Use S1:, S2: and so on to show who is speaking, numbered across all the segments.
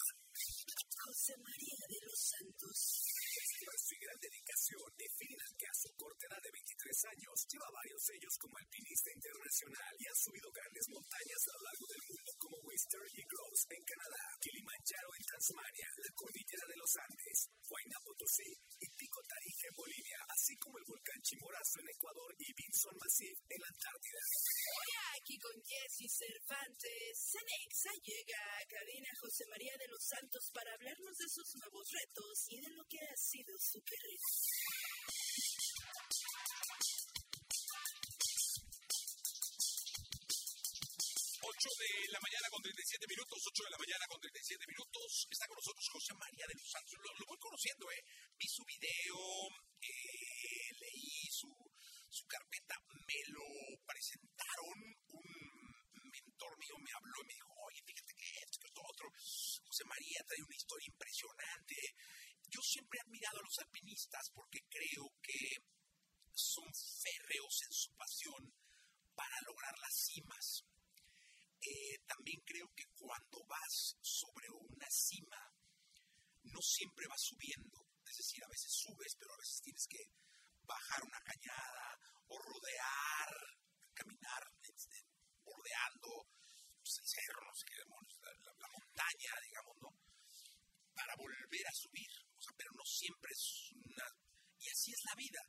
S1: José María de los Santos.
S2: Por su Este gran dedicación, Definiran que a su corta edad de 23 años lleva varios sellos como alpinista internacional y ha subido grandes montañas a lo largo del mundo como Whistler y Groves en Canadá, Kilimanjaro en Tasmania, la cordillera de los Andes, Huayna Potosí y Pico Tarija en Bolivia, así como el volcán Chimborazo en Ecuador y Vinson Massif en la Antártida.
S1: Hola, aquí con Jesse Cervantes. Cenexa llega a Karina José María de los Santos para hablarnos de sus nuevos retos y de lo que ha sido su carrera.
S3: de la mañana con 37 minutos, 8 de la mañana con 37 minutos. Está con nosotros José María de los Santos. Lo, lo voy conociendo, ¿eh? Vi su video, eh, leí su, su carpeta, me lo presentaron. Un mentor mío me habló y me dijo, oye, fíjate que esto, que esto, otro. José María trae una historia impresionante. Yo siempre he admirado a los alpinistas porque creo que son férreos en su pasión para lograr las cimas. Eh, también creo que cuando vas sobre una cima, no siempre vas subiendo. Es decir, a veces subes, pero a veces tienes que bajar una cañada o rodear, caminar este, bordeando pues, el cerro, no sé qué demonios, la, la- la montaña, digamos, ¿no? Para volver a subir. O sea, pero no siempre es una... Y así es la vida.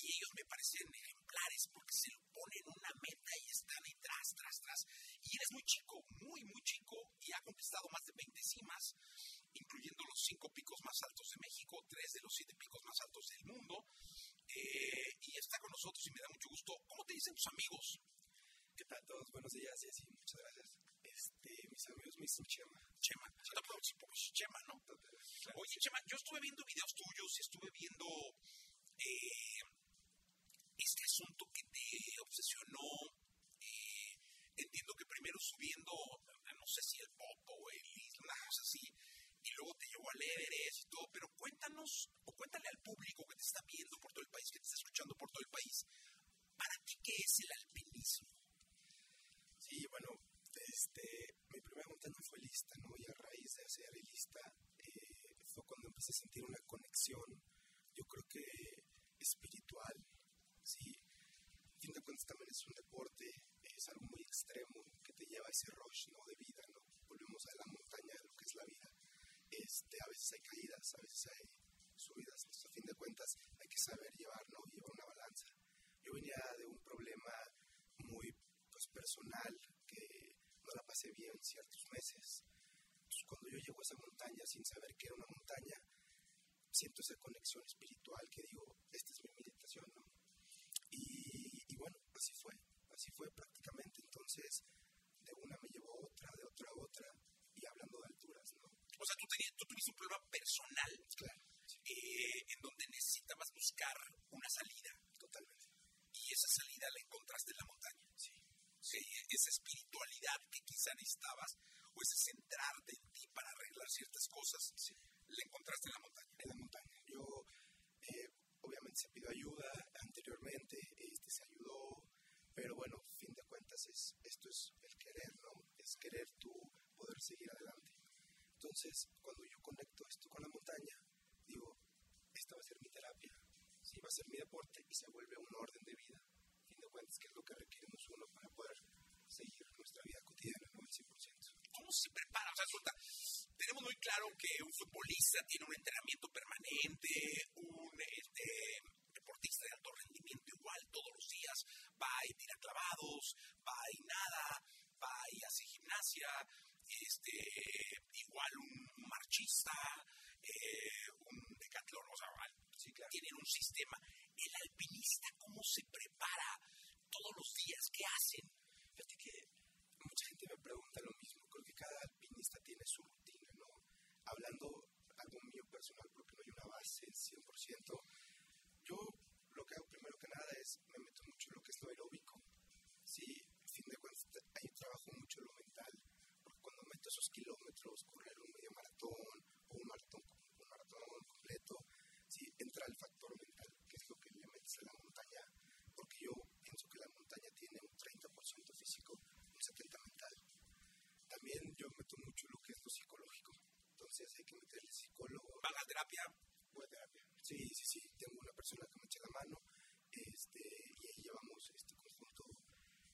S3: Y ellos me parecen ejemplares porque se ponen una meta y están ahí tras, tras, tras. Y eres muy chico, muy, muy chico, y ha conquistado más de 20 cimas, incluyendo los cinco picos más altos de México, tres de los siete picos más altos del mundo. Eh, y está con nosotros y me da mucho gusto. ¿Cómo te dicen tus amigos?
S4: ¿Qué tal todos? Buenos días, Jessy. Muchas gracias. Este, mis amigos me dicen Chema.
S3: Chema. Yo te aplaudo un poco, Chema, ¿no? Oye, Chema, yo estuve viendo videos tuyos y estuve viendo eh, este asunto que te obsesionó. eh, entiendo que primero subiendo, no sé si el Popo o el Isla, una cosa así, y luego te llevó al Everest y todo, pero cuéntanos, o cuéntale al público que te está viendo por todo el país, que te está escuchando por todo el país, ¿para ti qué es el alpinismo?
S4: Sí, bueno, este, mi primera montaña fue lista, ¿no? Y a raíz de hacer el lista eh, fue cuando empecé a sentir una conexión, yo creo que espiritual, ¿sí? A fin de cuentas también es un deporte, es algo muy extremo que te lleva a ese rush, ¿no? De vida, ¿no? Volvemos a la montaña, a lo que es la vida. Este, a veces hay caídas, a veces hay subidas, entonces a fin de cuentas hay que saber llevar, ¿no? Llevar una balanza. Yo venía de un problema muy pues, personal que no la pasé bien ciertos meses. Entonces, cuando yo llego a esa montaña sin saber que era una montaña, siento esa conexión espiritual que digo, esta es mi meditación, ¿no? Y, y bueno, así fue, así fue prácticamente. Entonces, de una me llevó a otra, de otra a otra, y hablando de alturas, ¿no?
S3: O sea, tú, tenías, tú tuviste un problema personal
S4: Claro,
S3: eh, en donde necesitabas buscar una salida.
S4: totalmente.
S3: y esa salida la encontraste en la montaña. Sí. Eh, esa espiritualidad que quizá necesitabas, o ese centrarte en ti para arreglar ciertas cosas, la encontraste en la montaña.
S4: en la montaña. Yo, eh, obviamente, se pidió ayuda anteriormente, este, se ayudó, pero bueno, fin de cuentas, es, esto es el querer, ¿no? Es querer tú poder seguir adelante. Entonces, cuando yo conecto esto con la montaña, digo, esta va a ser mi terapia, sí, va a ser mi deporte y se vuelve un orden de vida. Fin de cuentas, que es lo que requerimos uno para poder seguir nuestra vida cotidiana, ¿no? Al 100%.
S3: ¿Cómo se prepara? O sea, resulta, tenemos muy claro que un futbolista tiene un entrenamiento permanente, un este, deportista de alto rendimiento igual todos los días, va y tira clavados, va y nada, va y hace gimnasia, este, igual un marchista, eh, un decatlón, o sea, al- tienen un sistema. El alpinista, ¿cómo se prepara todos los días? ¿Qué hacen?
S4: Fíjate que mucha gente me pregunta lo mismo. Creo que cada alpinista tiene su rutina, ¿no? Hablando algo mío personal, porque no hay una base 100%. Yo lo que hago primero que nada es me meto mucho en lo que es lo aeróbico. Sí, a fin de cuentas, te- ahí trabajo mucho lo mental. Porque cuando meto esos kilómetros, correr un medio maratón o un maratón, un maratón completo, sí, entra el factor mental, que es lo que le metes a la montaña porque yo pienso que la montaña tiene un 30% físico, un 70% mental. También yo meto mucho lo que es lo psicológico,
S3: náuseas, hay que meterle psicólogo,
S5: Van a terapia.
S3: voy a terapia. Sí, sí, sí, tengo una persona que me echa la mano este, y ahí llevamos este conjunto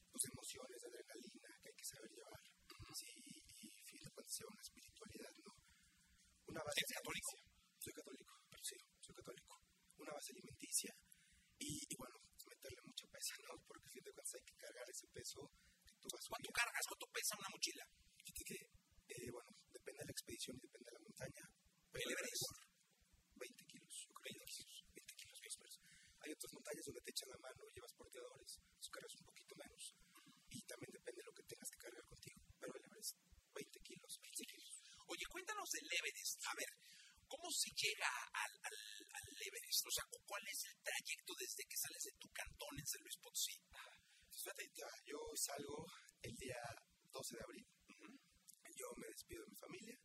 S3: pues, de emociones, de adrenalina que hay que saber llevar. Sí, y fin de cuentas lleva una espiritualidad, ¿no? Una base
S5: ¿Eres católico?
S3: alimenticia. Soy católico, pero sí, soy católico. Una base alimenticia y, y bueno, meterle mucha pesa, ¿no? Porque a fin de cuentas hay que cargar ese peso que tú vas
S5: ¿Cuánto cargas? ¿Cuánto pesa una mochila?
S3: Fíjate que, eh, bueno, depende de la expedición y depende de la montaña. pero
S5: El
S3: en
S5: Everest.
S3: rigor, 20 kilos, yo creo que 20 kilos, 20 kilos más o menos. Hay otras montañas donde te echan la mano, llevas porteadores, sus cargas un poquito menos. Y también depende de lo que tengas que cargar contigo. Pero el Everest, 20 kilos, 20 kilos.
S5: Oye, cuéntanos del Everest. A ver, ¿cómo se llega al, al, al Everest? O sea, ¿cu- ¿cuál es el trayecto desde que sales de tu cantón en San Luis Potosí?
S3: Pues fíjate, ahí te va, yo salgo el día 12 de abril. Yo me despido de mi familia.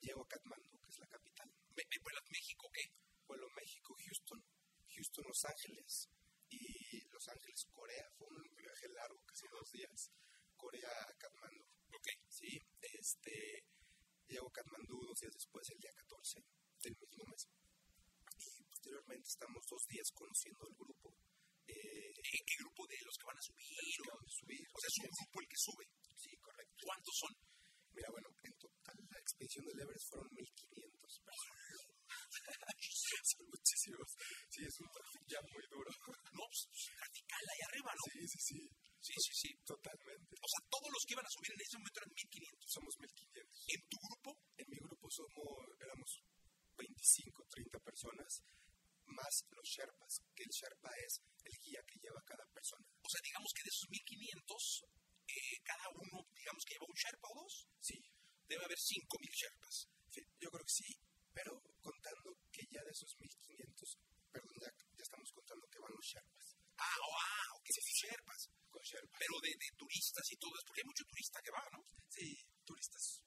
S3: Llego a Katmandú, que es la capital. eh,
S5: ¿Me, me vuelo a México o qué?
S3: Pueblo México, Houston, Houston, Los Ángeles y Los Ángeles, Corea. Fue un viaje largo, casi dos días. Corea, Katmandú.
S5: Ok.
S3: Sí, este, llego a Katmandú dos días después, el día 14 del mismo mes. Y posteriormente estamos dos días conociendo el grupo. Eh,
S5: ¿En qué grupo de los que van a subir?
S3: que
S5: o-
S3: vamos a subir.
S5: O sea, es un grupo el que sube.
S3: Sí, correcto.
S5: ¿Cuántos son?
S3: Mira, bueno, en total la expedición del Everest fueron 1500 personas. Son muchísimos. Sí, es un tráfico ya muy duro.
S5: No, pues, radical ahí arriba, ¿no?
S3: Sí, sí, sí.
S5: Sí, sí, sí.
S3: Totalmente.
S5: O sea, todos los que iban a subir en ese momento eran 1500.
S3: Somos 1500.
S5: ¿En tu grupo?
S3: En mi grupo somos, éramos 25, 30 personas, más los Sherpas, que el Sherpa es el guía que lleva cada persona.
S5: O sea, digamos que de esos 1500, eh, cada uno, digamos que lleva un Sherpa o dos.
S3: Sí,
S5: Debe haber 5000 Sherpas.
S3: sí, yo creo que sí, pero contando que ya de esos 1500, perdón, ya, ya estamos contando que van los Sherpas.
S5: Ah, oh, ah, ok, sí, Sherpas.
S3: Con Sherpa.
S5: Pero de, de turistas y todo eso, porque hay mucho turista que va, ¿no?
S3: Sí, turistas.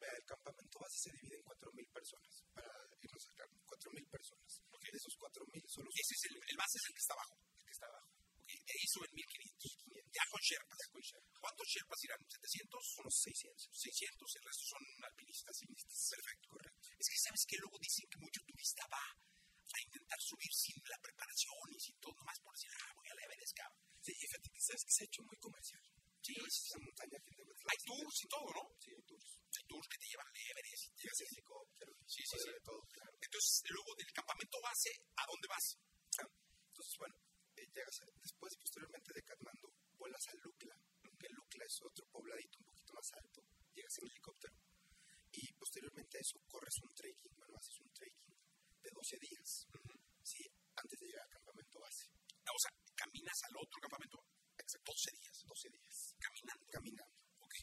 S3: Vea, el campamento base se divide en 4.000 personas, para irnos al campo, 4.000 personas. De esos 4.000 solo
S5: Ese es el, el base es el que está abajo.
S3: el que está abajo,
S5: Ok, e de ahí suben 1500. Ya con Sherpas.
S3: con Sherpa.
S5: ¿Cuántos Sherpas irán? ¿700? Unos 600. 600, el resto son alpinistas. Perfecto, correcto. Es que sabes que luego dicen que mucho turista va a intentar subir sin la preparación y sin todo, nomás por decir, ah, voy a la Everest, cabrón.
S3: Sí, y fíjate que sabes que se ha hecho muy comercial.
S5: Sí,
S3: Pero
S5: sí,
S3: es una montaña que te gusta.
S5: Hay tours y todo, ¿no?
S3: Sí, hay tours.
S5: Hay tours que te llevan al Everest.
S3: Llegas en helicóptero,
S5: Sí, sí,
S3: puede
S5: sí.
S3: de todo, claro.
S5: Entonces, luego del campamento base, ¿a dónde vas?
S3: Ah, Entonces, bueno, eh, llegas a- después, posteriormente de Katmandú, vuelas a Lukla, que Lukla es otro pobladito un poquito más alto, llegas en helicóptero, y posteriormente a eso corres un trekking, bueno, haces un trekking de 12 días, sí, antes de llegar al campamento base,
S5: O sea, caminas al otro campamento. Exacto. 12 días.
S3: 12 días,
S5: Caminando.
S3: caminando, ok,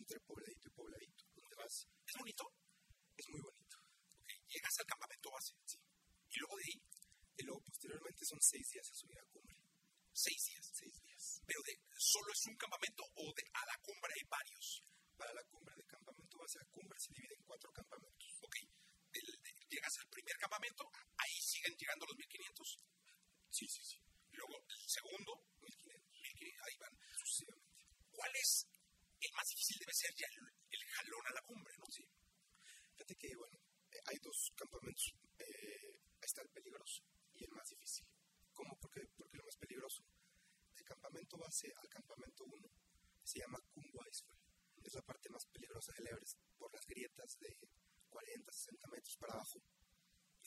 S3: entre pobladito y pobladito, donde vas,
S5: ¿Es bonito?
S3: es muy bonito.
S5: Ok, Llegas al campamento base. Sí. Y luego de ahí,
S3: Y luego, posteriormente, son 6 días de subir a cumbre,
S5: seis días.
S3: 6 días.
S5: Pero de, solo es un campamento o de a la cumbre hay varios.
S3: Para la cumbre de campamento base, la cumbre se divide en 4 campamentos.
S5: Ok. del- de- llegas al primer campamento, ahí siguen llegando los 1500.
S3: Sí, sí, sí.
S5: Luego el segundo, 1500. 1500, ahí van sucesivamente. ¿Cuál es el más difícil? Debe ser ya el, el jalón a la cumbre, ¿no? Sí.
S3: Fíjate que, bueno, eh, hay dos campamentos. Eh, está el peligroso y el más difícil. ¿Cómo? ¿Por qué? Porque lo más peligroso, del campamento base al campamento 1, se llama Kumbu Icefall. Es la parte más peligrosa del Everest por las grietas de 40, 60 metros para abajo.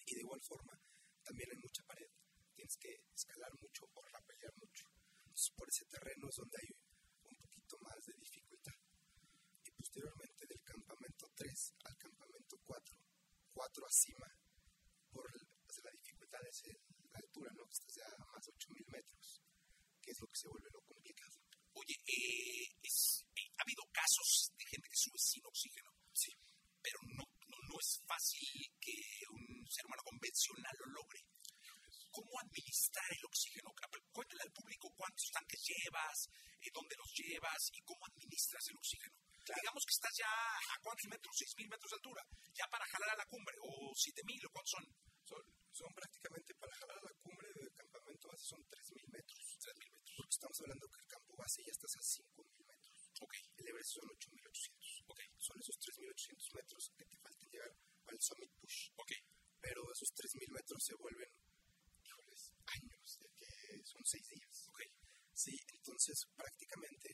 S3: Y de igual forma, también hay mucha pared. Tienes que escalar mucho o rapelear mucho. Entonces, por ese terreno es donde hay un poquito más de dificultad y posteriormente del campamento 3 al campamento 4, 4 a cima, por el- pues, la dificultad es el- la altura, ¿no? Que estás ya a más de 8.000 metros, que es lo que se vuelve lo complicado.
S5: Oye, eh, es- eh, ha habido casos de gente que sube sin oxígeno. Sí. Pero no, no, no es fácil que un ser humano convencional lo logre. ¿Cómo administrar el oxígeno? Cu- Cuéntale al público cuántos tanques llevas, eh, dónde los llevas y cómo administras el oxígeno. Digamos que estás ya a cuántos metros, 6.000 metros de altura, ya para jalar a la cumbre, o 7.000, o cuántos son.
S3: Son, son prácticamente para jalar a la cumbre del campamento base son 3.000 metros. 3.000 metros. Porque estamos hablando que el campo base ya estás a 5.000 metros.
S5: Ok,
S3: El Everest son 8.800.
S5: ok.
S3: Son esos 3.800 metros que te faltan el Summit Push.
S5: Ok.
S3: Pero esos 3.000 metros se vuelven, híjoles, años, de que son 6 días.
S5: Ok.
S3: Sí, entonces prácticamente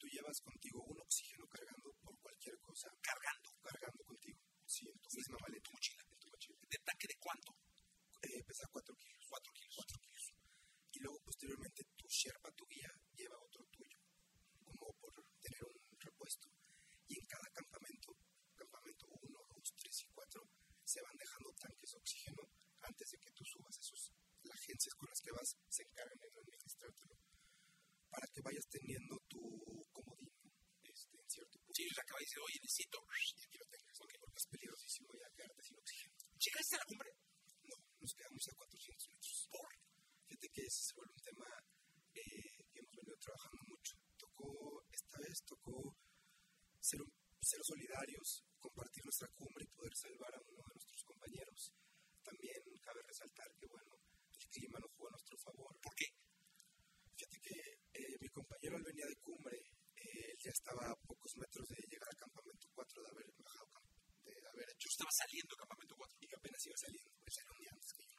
S3: tú llevas contigo un oxígeno cargando por cualquier cosa. Cargando. Cargando contigo. Sí, en tu misma maleta. En tu mochila. En tu mochila.
S5: ¿De tanque de cuánto?
S3: Eh, pesa 4 kilos. 4 kilos. 4 kilos. Y luego posteriormente tu Sherpa, tu guía, lleva otro tuyo, como por tener un repuesto. Y en cada campamento, campamento 1, 2, 3 y 4, se van dejando tanques de oxígeno antes de que tú subas esos. Las agencias con las que vas se encargan en administrártelo para que vayas teniendo tu comodín este, en cierto punto.
S5: Sí, o sea, que va y dice, oye, necesito.
S3: Y aquí lo tengas, ¿no? porque es peligrosísimo ya quedarte sin oxígeno.
S5: ¿Llegaste a la cumbre?
S3: No, nos quedamos a 400 metros. ¿Por? Fíjate que ese se vuelve un tema eh, que hemos venido trabajando mucho. Tocó, esta vez tocó ser, un- ser solidarios, compartir nuestra cumbre y poder salvar a uno de nuestros compañeros. También cabe resaltar que, bueno, el clima no jugó a nuestro favor. ¿Por qué? Fíjate que eh, mi compañero él venía de cumbre, eh, él ya estaba a pocos metros de llegar al campamento 4 de haber bajado, camp- de haber hecho
S5: Yo estaba saliendo de campamento 4.
S3: y que apenas iba saliendo, él salió un día antes que yo.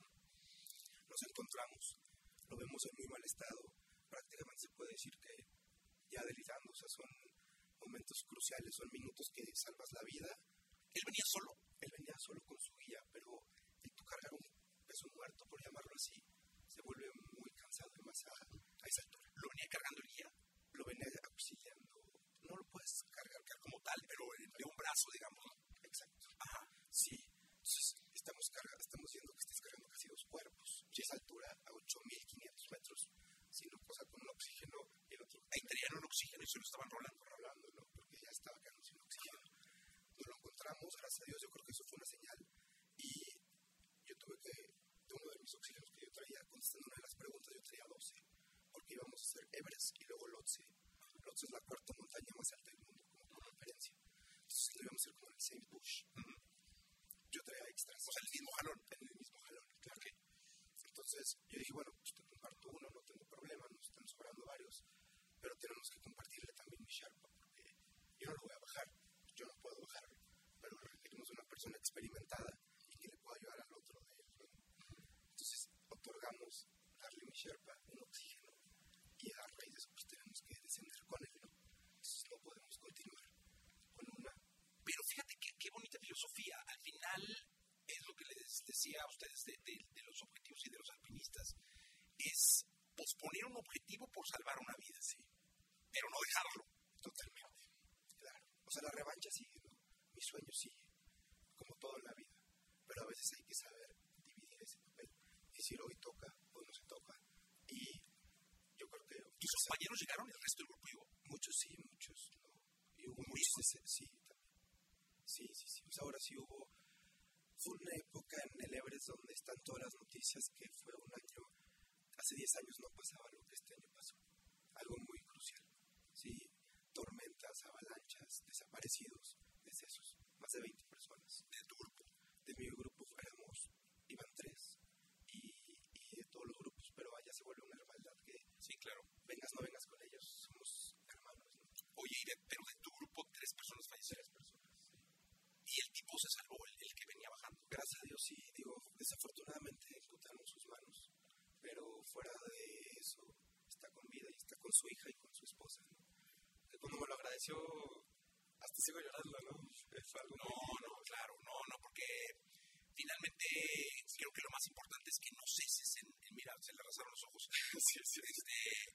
S3: Nos encontramos, lo vemos en muy mal estado, prácticamente se puede decir que ya delirando, o sea, son momentos cruciales, son minutos que salvas la vida.
S5: Él venía solo.
S3: Él venía solo con su guía, pero el tú cargar un peso muerto, por llamarlo así, se vuelve muy cansado y más a, a esa altura.
S5: Lo venía cargando el guía.
S3: Lo venía auxiliando, no lo puedes cargar
S5: cargar como tal, pero en- de un brazo, digamos. ¿no?
S3: Exacto. Ajá, sí. Entonces, estamos, carga- estamos viendo que estás cargando casi dos cuerpos. Y esa altura a 8.500 metros, sino cosa con un oxígeno y el otro.
S5: Ahí traían un oxígeno y se lo estaban rolando.
S3: hablando, ¿no? Porque ya estaba quedando sin oxígeno. Nos lo encontramos, gracias a Dios, yo creo que eso fue una señal. Y yo tuve que, de uno de mis oxígenos que yo traía, contestando una de las preguntas, yo traía 12, porque íbamos a hacer Everest y luego Lhotse. Lhotse es la cuarta montaña más alta del mundo, como por referencia. Entonces lo íbamos a hacer como en el same push. Yo traía extras. O sea, el mismo jalón. En el mismo jalón, claro que. Entonces yo dije, bueno, pues te comparto uno, no tengo problema, nos están sobrando varios pero tenemos que compartirle también mi Sharpa, porque yo no lo voy a bajar, yo no puedo bajarlo, pero requerimos una persona experimentada y que le pueda ayudar al otro de él. ¿no? Entonces, otorgamos darle mi Sherpa un oxígeno y a raíz de eso, pues tenemos que descender con él, ¿no? Entonces, no podemos continuar con una.
S5: Pero fíjate qué, qué bonita filosofía. Al final, es lo que les decía a ustedes de, de- de los objetivos y de los alpinistas, es posponer un objetivo por salvar una vida, sí. Pero no dejarlo.
S3: Totalmente, claro. O sea, la revancha sigue, ¿no? Mi sueño sigue, como todo en la vida. Pero a veces hay que saber dividir ese papel. Decir, hoy toca, hoy no se toca. Y yo creo que
S5: Tus compañeros llegaron, el resto del grupo llegó.
S3: muchos sí, muchos no. Y hubo muchos que se- sí, también. Sí, sí, sí. Pues ahora sí hubo. Fue una época en el Everest donde están todas las noticias que fue un año. Hace 10 años no pasaba lo que este año pasó. Algo muy crucial. Sí, tormentas, avalanchas, desaparecidos, decesos. Más de 20 personas. ¿De tu grupo? De mi grupo éramos, iban tres. Y, y de todos los grupos, pero allá se vuelve una hermandad que
S5: Sí, claro.
S3: vengas no vengas con ellos, somos hermanos, ¿no?
S5: Oye, y de- pero de tu grupo, tres personas fallecieron.
S3: tres personas.
S5: Y el tipo se salvó, el, el que venía bajando.
S3: Gracias a Dios, sí, digo, desafortunadamente encontraron sus manos, pero fuera de eso, está con vida y está con su hija y con su esposa, ¿no? Que cuando me lo agradeció, hasta sigo llorando, ¿no? Es algo
S5: No, no, claro, no, no, porque finalmente creo que lo más importante es que no ceses en, en mirar, se le arrasaron los ojos. Este,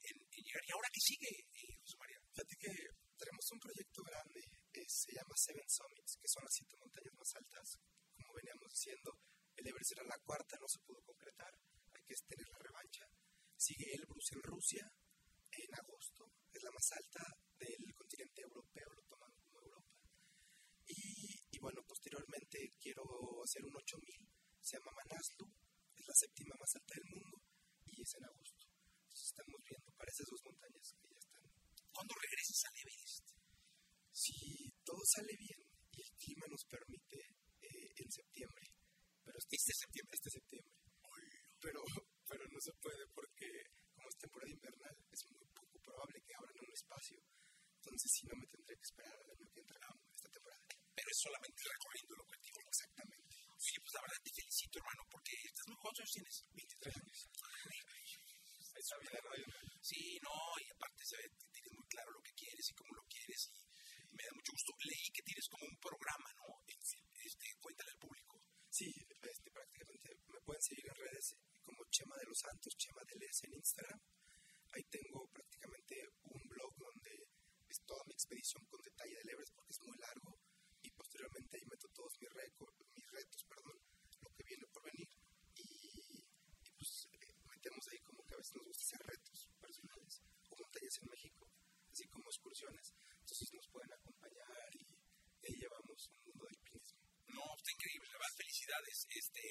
S5: en, en llegar. ¿Y ahora qué sigue, eh, José María?
S3: Fíjate que tenemos un proyecto grande, eh, se llama Seven Summits, que son las siete montañas más altas. Como veníamos diciendo, el Everest era la cuarta, no se pudo concretar, hay que tener la revancha. Sigue Elbrus en Rusia en agosto, es la más alta del continente europeo, lo toman como Europa. Y, y bueno, posteriormente quiero hacer un 8000, se llama Manaslu, es la séptima más alta del mundo y es en agosto. Entonces estamos viendo para esas dos montañas que ya están
S5: ¿Cuándo regresas al Everest?
S3: si todo sale bien y el clima nos permite eh, en septiembre, pero este, septiembre, este septiembre, pero pero no se puede porque como es temporada invernal es muy poco probable que abran un espacio, entonces si no me tendré que esperar al año que entra ah, esta temporada.
S5: Pero es solamente recorriendo el objetivo. pues,
S3: Exactamente.
S5: tu hermano? Porque estás muy ¿cuántos años tienes? 23 años.
S3: Esa vida no hay otra.
S5: Sí, no, y aparte se ve, t- tienes muy claro lo que quieres y cómo lo quieres. Y me da mucho gusto. Leí que tienes como un programa, ¿no? En- Este, cuéntale al público.
S3: Sí, este, prácticamente me pueden seguir en redes como Chema de los Santos, Chema de Les en Instagram. Ahí tengo prácticamente un blog donde es toda mi expedición con detalle del Everest porque es muy largo y posteriormente ahí meto todos mis, récords, mis retos, perdón, lo que viene por venir y, y, pues eh, metemos ahí como que a veces nos gusta hacer retos personales o montañas en México, así como excursiones. Entonces nos pueden acompañar y, y ahí llevamos un mundo del alpinismo.
S5: No, está increíble, la verdad, felicidades. Este,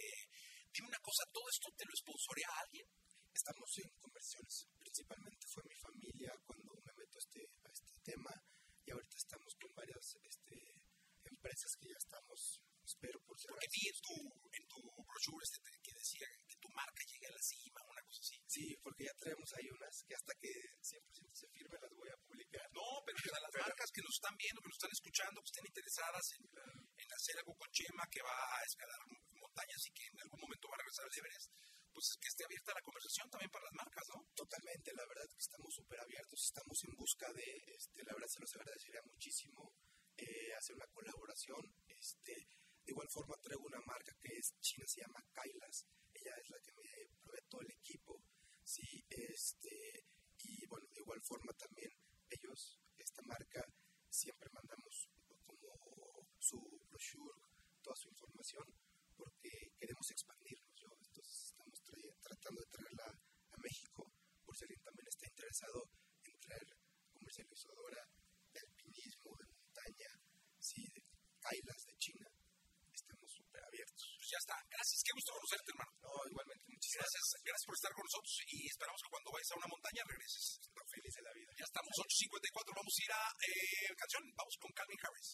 S5: dime una cosa, ¿todo esto te lo sponsorea alguien?
S3: estamos en conversiones. Principalmente fue mi familia cuando me meto a este, a este tema y ahorita estamos con varias este, empresas que ya estamos, espero por cerrar.
S5: Porque vi en tu, en tu brochure este te- que decía que tu marca llegue a la cima, una cosa así.
S3: Sí, porque ya traemos ahí unas que hasta que 100% se firme las voy a publicar.
S5: No, pero a las marcas que nos están viendo, que nos están escuchando, que estén interesadas en, en hacer algo con Chema, que va a escalar mo- montañas y que en algún momento va a regresar al Everest, pues que esté abierta la conversación también para las marcas, ¿no?
S3: Totalmente, la verdad que estamos súper abiertos, estamos en busca de, este, la verdad se los agradecería muchísimo eh, hacer una colaboración. Este, de igual forma traigo una marca que es china, se llama Kailas, ella es la que me provee todo el equipo, sí, este, y bueno, de igual forma también ellos, esta marca, siempre mandamos como su brochure, toda su información, porque queremos expandirnos, ¿no? entonces estamos tra- tratando de traerla a México, por si alguien también está interesado en traer comercializadora de alpinismo, de montaña, sí, de Kailas de China, estamos súper abiertos.
S5: Pues ya está. Gracias, qué gusto conocerte, hermano.
S3: No, igualmente, muchísimas
S5: Gracias, gracias por estar con nosotros y esperamos que cuando vayas a una montaña regreses.
S3: gracias, feliz de la vida.
S5: Ya estamos, 8.54, vamos a ir a eh, canción, vamos con Calvin Harris.